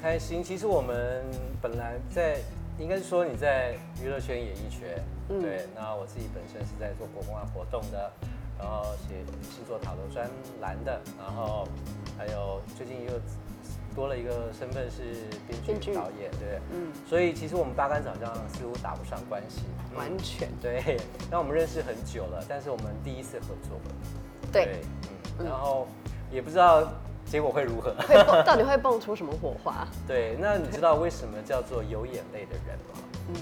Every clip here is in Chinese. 开心。其实我们本来在，应该是说你在娱乐圈、演艺圈，嗯对。那我自己本身是在做国外活动的，然后写星座塔罗专栏的，然后还有最近又多了一个身份是编编剧、剧导演，对。嗯，所以其实我们八竿子好像似乎打不上关系，嗯完全对。那我们认识很久了，但是我们第一次合作，对，，嗯，然后也不知道结果会如何。会蹦 到底会蹦出什么火花？对，那你知道为什么叫做有眼泪的人吗？嗯，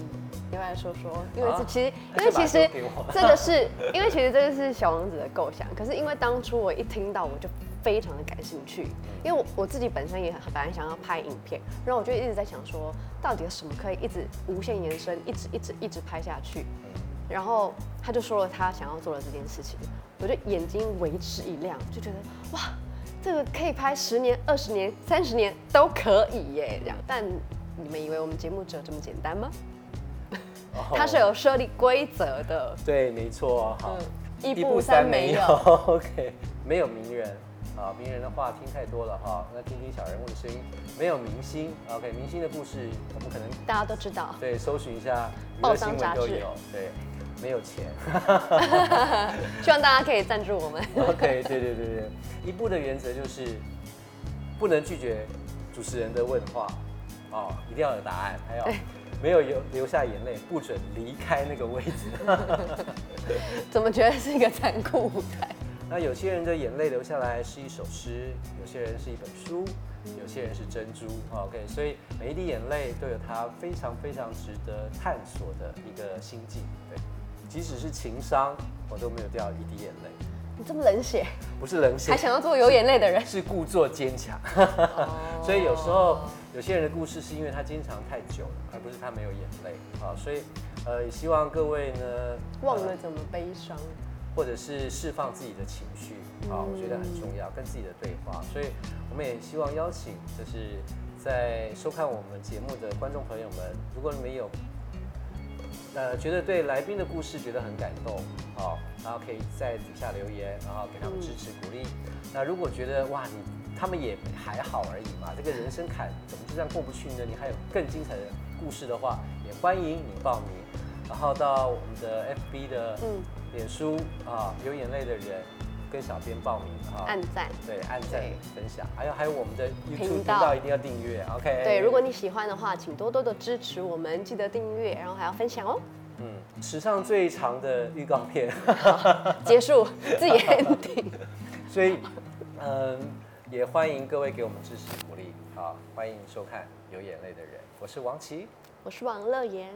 另外说说，因为好这啊其实，那因为就把其实丢给 我这个是，因为其实这个是小王子的构想，可是因为当初我一听到我就非常的感兴趣，嗯因为我我自己本身也很本来想要拍影片，然后我就一直在想说，到底有什么可以一直无限延伸，一直一直一直拍下去。嗯然后他就说了他想要做的这件事情，我就眼睛为之一亮，就觉得哇，这个可以拍十年、二十年、三十年都可以耶，这样。但你们以为我们节目只有这么简单吗？哦它是有设立规则的，对，没错，好，一步三没有。 ，OK，没有名人啊，名人的话听太多了哈，那听听小人物的声音，没有明星，OK，明星的故事我们可能大家都知道，对搜寻一下娱报乐章新杂闻都志有，对，没有钱。希望大家可以赞助我们。 OK，对对对对，一步的原则就是不能拒绝主持人的问话，哦，一定要有答案，还有没有流流下眼泪，不准离开那个位置。 怎么觉得是一个残酷舞台？那有些人的眼泪流下来是一首诗，有些人是一本书，有些人是珍珠。OK，所哦以每一滴眼泪都有它非常非常值得探索的一个心境。对，即使是情伤，我都没有掉一滴眼泪，你这么冷血，不是冷血还，想要做有眼泪 的人？是故作坚强。哦所以有时候有些人的故事是因为他坚强太久了，而不是他没有眼泪啊。所以，呃，也希望各位呢忘呃了怎么悲伤。或者是释放自己的情绪啊，我觉得很重要，跟自己的对话。所以我们也希望邀请，就是在收看我们节目的观众朋友们，如果你们有呃觉得对来宾的故事觉得很感动，好、然后可以在底下留言，然后给他们嗯支持鼓励。那如果觉得哇你。他们也还好而已嘛，这个人生坎怎么就这样过不去呢？你还有更精彩的故事的话，也欢迎你报名，然后到我们的 FB 的嗯脸书啊，有眼泪的人跟小编报名啊，按赞对，按赞对分享，还有还有我们的 YouTube 频频道道一定要订阅，OK？对，如果你喜欢的话，请多多的支持我们，记得订阅，然后还要分享哦。嗯，史上最长的预告片，结束，自 己 ending。所以嗯，也欢迎各位给我们支持鼓励啊，欢迎收看有眼泪的人，我是王琦。我是王乐妍，